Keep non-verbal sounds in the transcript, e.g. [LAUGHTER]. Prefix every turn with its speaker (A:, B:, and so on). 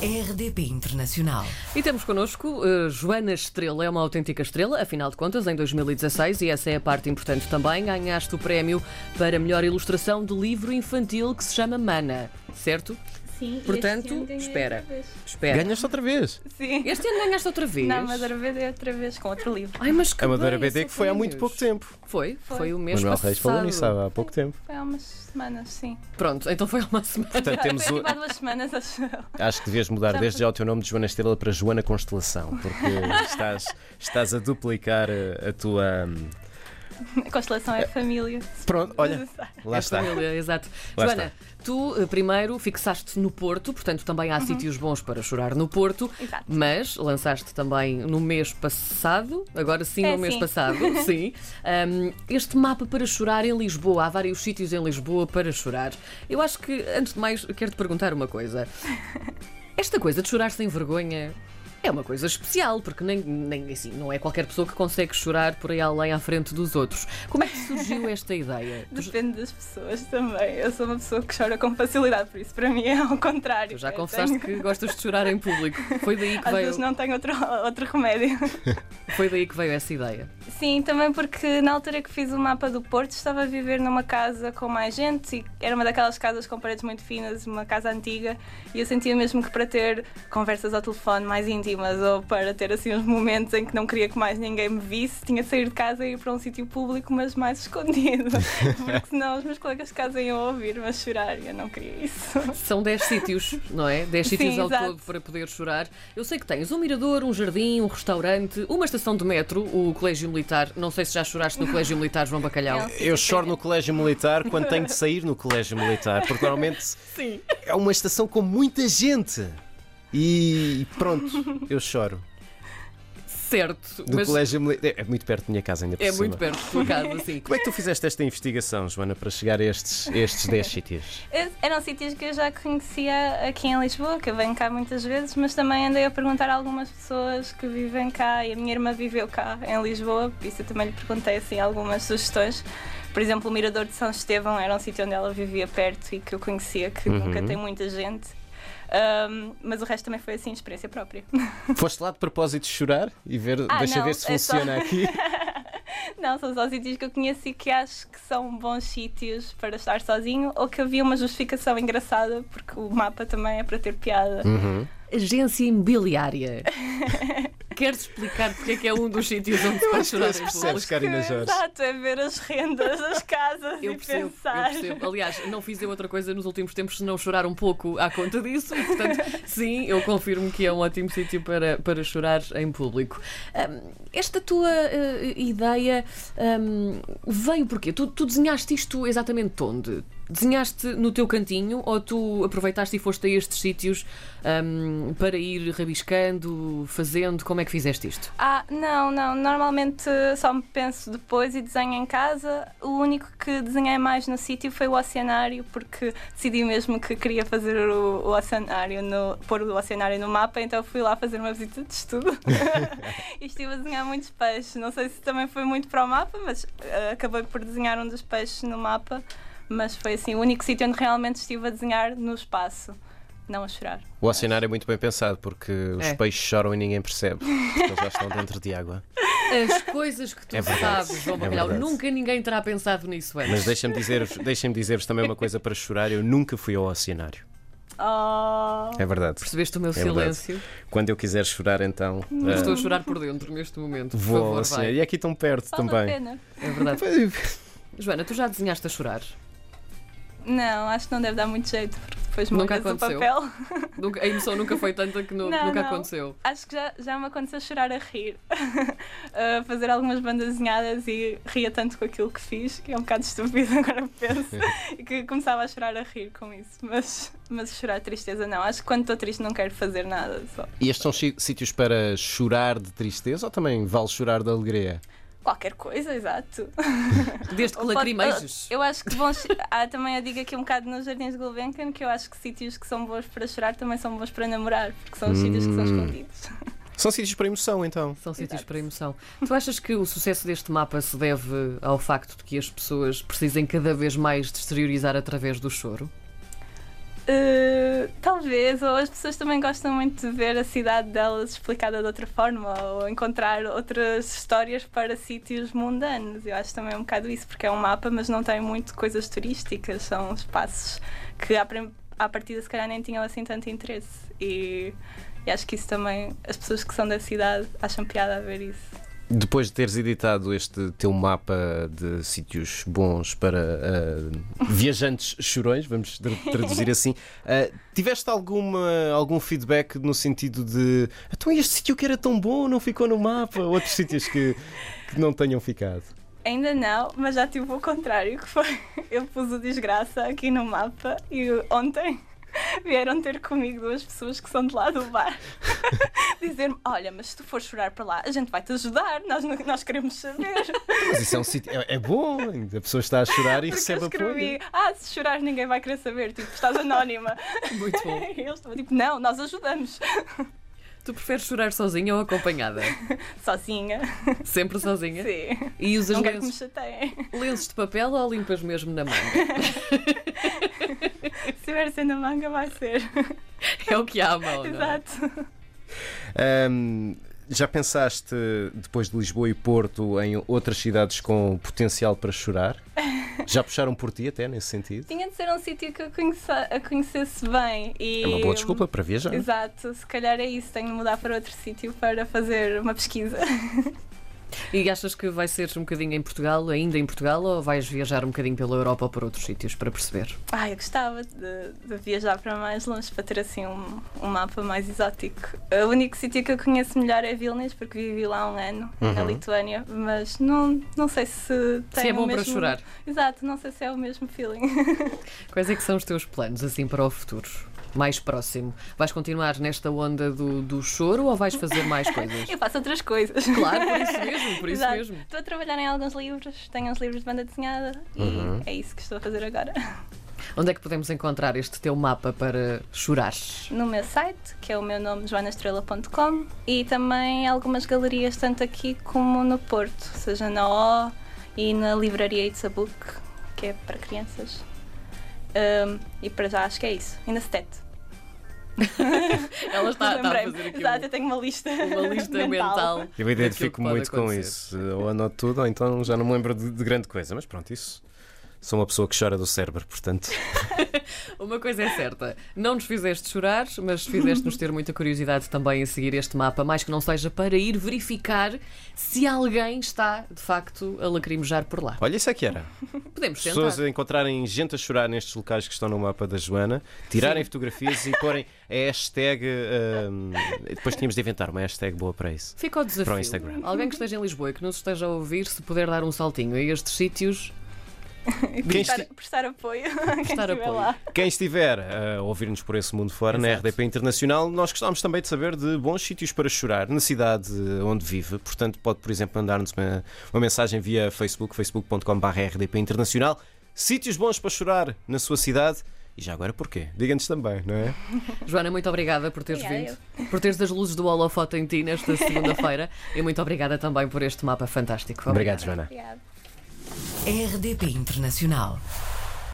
A: RDP Internacional.
B: E temos connosco eh, Joana Estrela, é uma autêntica estrela, afinal de contas, em 2016, e essa é a parte importante também, ganhaste o prémio para melhor ilustração de livro infantil que se chama Mana, certo?
C: Sim, e
B: Portanto,
C: este ano ganhei
B: espera.
C: outra vez.
B: Espera.
D: Ganhaste outra vez.
C: Sim.
B: Este ano ganhaste outra vez.
C: Na Amadora BD outra vez com outro livro.
B: Ai, mas que
D: A Madeira
B: bem,
D: BD que foi há muito pouco
B: exatamente.
D: tempo.
B: Foi, foi, o mês
D: Manuel
B: passado.
D: Reis falou nisso há há
B: [LAUGHS]
D: pouco tempo.
C: Foi há É umas semanas, sim.
B: Pronto, então foi há uma semana.
D: Portanto, temos
C: Foi
D: o...
C: tipo há duas semanas, acho eu.
D: Acho que devias mudar desde já o teu nome de Joana Estrela para Joana
B: [LAUGHS]
D: Constelação, porque estás, estás a duplicar eh, a tua. hum,
C: A Constelação é família.
D: Pronto, olha, lá
B: É
D: está.
B: família, exato.
D: Lá
B: Joana, tu eh, primeiro fixaste no Porto, portanto também há sítios bons para chorar no Porto,
C: Exato.
B: mas lançaste também no mês passado, agora sim
C: É,
B: no mês
C: sim. [LAUGHS]
B: passado, sim, hum, este mapa para chorar em Lisboa. Há vários sítios em Lisboa para chorar. Eu acho que, antes de mais, quero te perguntar uma coisa. Esta coisa de chorar sem vergonha. É uma coisa especial, porque nem, nem assim, não é qualquer pessoa que consegue chorar por aí além à frente dos outros. Como é que surgiu esta ideia? Tu
C: Depende das pessoas também. Eu sou uma pessoa que chora com facilidade, por isso para mim é ao contrário.
B: Tu já
C: Eu
B: confessaste
C: tenho-
B: que gostas de chorar em público. Foi daí que
C: Às
B: veio,
C: vezes não tenho outro, outro remédio.
B: foi daí que veio essa ideia.
C: Sim, também porque na altura que fiz o mapa do Porto estava a viver numa casa com mais gente e era uma daquelas casas com paredes muito finas, uma casa antiga, e eu sentia mesmo que para ter conversas ao telefone mais íntimas ou para ter assim uns momentos em que não queria que mais ninguém me visse, tinha de sair de casa e ir para um sítio público, mas mais [LAUGHS] escondido, porque senão os meus colegas de casa iam ouvir-me a chorar e eu não queria isso.
B: São
C: [LAUGHS]
B: 10 sítios, não é? 10
C: Sim,
B: sítios ao
C: exato.
B: todo para poder chorar. Eu sei que tens um mirador, um jardim, um restaurante, uma estação de metro, o Colégio Militar. Não sei se já choraste no Colégio Militar João Bacalhau.
C: Não.
D: Eu choro no colégio militar quando tenho de sair no colégio militar, porque normalmente é uma estação com muita gente. E pronto, eu choro.
B: Certo,
D: Do
B: mas
D: colégio militar. É muito perto da minha casa ainda por
B: é
D: cima.
B: muito perto da tua casa,
D: [LAUGHS]
B: sim.
D: Como é que tu fizeste esta investigação, Joana, para chegar a estes,
C: [LAUGHS]
D: estes 10 sítios?
C: Eram sítios que eu já conhecia aqui em Lisboa, que eu venho cá muitas vezes, mas também andei a perguntar a algumas pessoas que vivem cá e a minha irmã viveu cá em Lisboa, por isso eu também lhe perguntei assim, algumas sugestões. Por exemplo, o Mirador de São Estevão era um sítio onde ela vivia perto e que eu conhecia, que nunca tem muita gente. Ahm, mas o resto também foi assim, experiência própria. [LAUGHS]
D: Foste lá de propósito chorar e ver,
C: Ah,
D: deixa
C: não,
D: ver se
C: é só- [LAUGHS]
D: funciona aqui.
C: Não, são só sítios que eu conheci que acho que são bons sítios para estar sozinho ou que havia uma justificação engraçada, porque o mapa também é para ter piada.
D: Uhum.
B: Agência
C: [LAUGHS]
B: imobiliária. Queres explicar porque é que é um dos sítios onde se pode chorar em público?
D: Percebes, Karina Jorge?
C: Exato, é ver as rendas das casas
B: Eu
C: e
B: percebo,
C: pensar.
B: eu percebo. Aliás, não fiz eu outra coisa nos últimos tempos senão chorar um pouco à conta disso. E, portanto, sim, eu confirmo que é um ótimo sítio para, para chorar em público. Hum, esta tua eh, ideia hum, veio porque tu, tu desenhaste isto exatamente onde? Desenhaste no teu cantinho ou tu aproveitaste e foste a estes sítios hum, para ir rabiscando, fazendo? Como é que fizeste isto?
C: Ah, não, não. Normalmente só me penso depois e desenho em casa. O único que desenhei mais no sítio foi o oceanário, porque decidi mesmo que queria fazer o, o oceanário, no, pôr o oceanário no mapa, então fui lá fazer uma visita de estudo. [LAUGHS] e estive a desenhar muitos peixes. Não sei se também foi muito para o mapa, mas ah, acabei por desenhar um dos peixes no mapa. Mas foi assim, o único sítio onde realmente estive a desenhar no espaço, não a chorar.
D: O oceanário é muito bem pensado porque os
B: É.
D: peixes choram e ninguém percebe. Porque eles já estão dentro de água.
B: As coisas que tu
D: É verdade,
B: sabes, João
D: é
B: Bacalhau,
D: verdade.
B: nunca ninguém terá pensado nisso antes.
D: Mas deixem-me dizer-vos deixem dizer também uma coisa para chorar: eu nunca fui ao oceanário.
C: Oh.
D: É verdade.
B: Percebeste o meu
D: É verdade.
B: silêncio?
D: Quando eu quiser chorar, então.
B: Eu
D: ah,
B: estou a chorar por dentro neste momento. Por
D: Vou ao
B: favor,
D: oceanário.
B: vai.
D: E é aqui tão perto
C: Vale a
D: também.
C: pena.
B: É verdade. Joana, tu já desenhaste a chorar?
C: Não, acho que não deve dar muito jeito, porque depois
B: Nunca
C: molhas o
B: aconteceu.
C: papel. [LAUGHS]
B: Nunca- A emoção nunca foi tanta que nu-
C: Não,
B: nunca
C: não.
B: aconteceu.
C: Acho que já, já me aconteceu chorar a rir. [LAUGHS] a fazer algumas bandas desenhadas e ria tanto com aquilo que fiz, que é um bocado estúpido [LAUGHS] agora que
B: [LAUGHS]
C: penso, e que começava a chorar a rir com isso. Mas, mas chorar tristeza não. Acho que quando estou triste não quero fazer nada. Só.
D: E estes são chi- sítios para chorar de tristeza ou também vale chorar de alegria?
C: Qualquer coisa, exato.
B: Desde que
C: Ou pode-
B: lacrimejas.
C: Eu acho que bons. [LAUGHS] Há também eu digo aqui um bocado nos Jardins de Gulbenkian que eu acho que sítios que são bons para chorar também são bons para namorar, porque são os sítios que são
B: Hum.
C: escondidos.
D: São sítios para emoção, então.
B: São sítios para emoção. Tu achas que o sucesso deste mapa se deve ao facto de que as pessoas precisem cada vez mais de exteriorizar através do choro?
C: Uh, talvez, ou as pessoas também gostam muito de ver a cidade delas explicada de outra forma, ou encontrar outras histórias para sítios mundanos. Eu acho também um bocado isso, porque é um mapa, mas não tem muito coisas turísticas, são espaços que à, prim- à partida se calhar nem tinham assim tanto interesse. E, e acho que isso também, as pessoas que são da cidade acham piada a ver isso.
D: Depois de teres editado este teu mapa de sítios bons para ah, viajantes chorões, vamos tra- traduzir assim, ah, tiveste alguma, algum feedback no sentido de então este sítio que era tão bom não ficou no mapa? Outros sítios que, que não tenham ficado?
C: Ainda não, mas já tive o contrário, que foi [LAUGHS] eu pus o desgraça aqui no mapa e ontem [LAUGHS] vieram ter comigo duas pessoas que são de lá do bar [LAUGHS] dizer-me, olha, mas se tu fores chorar para lá, a gente vai te ajudar, nós, não- nós queremos
D: [LAUGHS]
C: saber.
D: Mas isso é um sítio, é, é bom, a pessoa está a chorar e
C: Porque
D: recebe
C: eu escrevi,
D: apoio.
C: ah, se chorares ninguém vai querer saber, tipo, estás
D: [LAUGHS]
C: anónima.
B: Muito bom.
C: E eles estavam tipo, não, nós ajudamos.
B: Tu preferes chorar sozinha ou acompanhada?
C: Sozinha.
B: Sempre
D: é?
B: sozinha?
C: Sim.
B: E usas
C: Não quero que me
B: lenços,
C: chateiem. [LAUGHS]
B: lenços de papel ou limpas mesmo na manga?
C: Se tiver sendo a manga, vai ser.
B: É o que há à mão, não é?
C: Exato.
D: Ahm, Ah, já pensaste, depois de Lisboa e Porto, em outras cidades com potencial para chorar? Já puxaram por ti até nesse sentido?
C: Tinha de ser um sítio que eu conheça- a conhecesse bem. E... hum,
D: É uma boa desculpa para viajar.
C: Exato, se calhar é isso. Tenho de mudar para outro sítio para fazer uma pesquisa. [LAUGHS]
B: E achas que vai ser um bocadinho em Portugal, ainda em Portugal, ou vais viajar um bocadinho pela Europa ou por outros sítios para perceber?
C: Ai, eu gostava de, de viajar para mais longe para ter assim um, um mapa mais exótico. O único sítio que eu conheço melhor é Vilnius, porque vivi lá um ano, na Lituânia, mas não, não sei se tem
B: Se é
C: o
B: bom para
C: mesmo-
B: chorar.
C: Exato, não sei se é o mesmo feeling. [LAUGHS]
B: Quais é que são os teus planos, assim, para o futuro? Mais próximo? Vais continuar nesta onda do, do choro ou vais fazer
C: [LAUGHS]
B: mais coisas?
C: Eu faço outras coisas.
B: Claro, por
C: [LAUGHS]
B: isso mesmo, por isso
C: Exato.
B: mesmo.
C: Estou a trabalhar em alguns livros, tenho uns livros de banda desenhada e é isso que estou a fazer agora.
B: Onde é que podemos encontrar este teu mapa para chorar?
C: no meu site, que é o meu nome, joanastrela.com, e também algumas galerias, tanto aqui como no Porto, seja na O e na livraria It's a Book, que é para crianças. Ahm, e para já acho que é isso. E na STET.
B: Ela está, está a
C: Lembrei-me.
B: fazer aqui
C: Exato,
B: um-
C: eu tenho uma lista.
B: uma lista
C: [LAUGHS]
B: mental. daquilo
D: Eu
B: que
D: identifico
B: pode
D: muito com
B: acontecer.
D: isso. Ou anoto tudo, ou então já não me lembro de, de grande coisa. Mas pronto, isso. Sou uma pessoa que chora do cérebro, portanto.
B: Uma coisa é certa, não nos fizeste chorar, mas fizeste-nos ter muita curiosidade também em seguir este mapa, mais que não seja para ir verificar se alguém está, de facto, a lacrimejar por lá.
D: Olha, isso é que era.
B: Podemos tentar.
D: Pessoas a encontrarem gente a chorar nestes locais que estão no mapa da Joana, tirarem fotografias e porem a hashtag. hum, depois tínhamos de inventar uma hashtag boa para isso.
B: Fica o desafio.
D: Para o Instagram.
B: Alguém que esteja em Lisboa e que nos esteja a ouvir, se puder dar um saltinho a estes sítios,
C: E
D: Quem
C: prestar,
D: esti-
C: prestar apoio. Quem
B: prestar
C: estiver
B: apoio.
C: Lá.
D: Quem estiver a ouvir-nos por esse mundo fora, na
B: Exato.
D: RDP Internacional, nós gostávamos também de saber de bons sítios para chorar na cidade onde vive. Portanto, pode, por exemplo, mandar-nos uma, uma mensagem via Facebook, facebook.com.br RDP Internacional. Sítios bons para chorar na sua cidade. E já agora porquê? Diga-nos também, não é?
B: Joana, muito obrigada por teres
C: Obrigada,
B: vindo, por teres as luzes do holofote em ti nesta segunda-feira e muito obrigada também por este mapa fantástico.
D: Obrigado, Joana.
C: Obrigada.
A: RDP Internacional.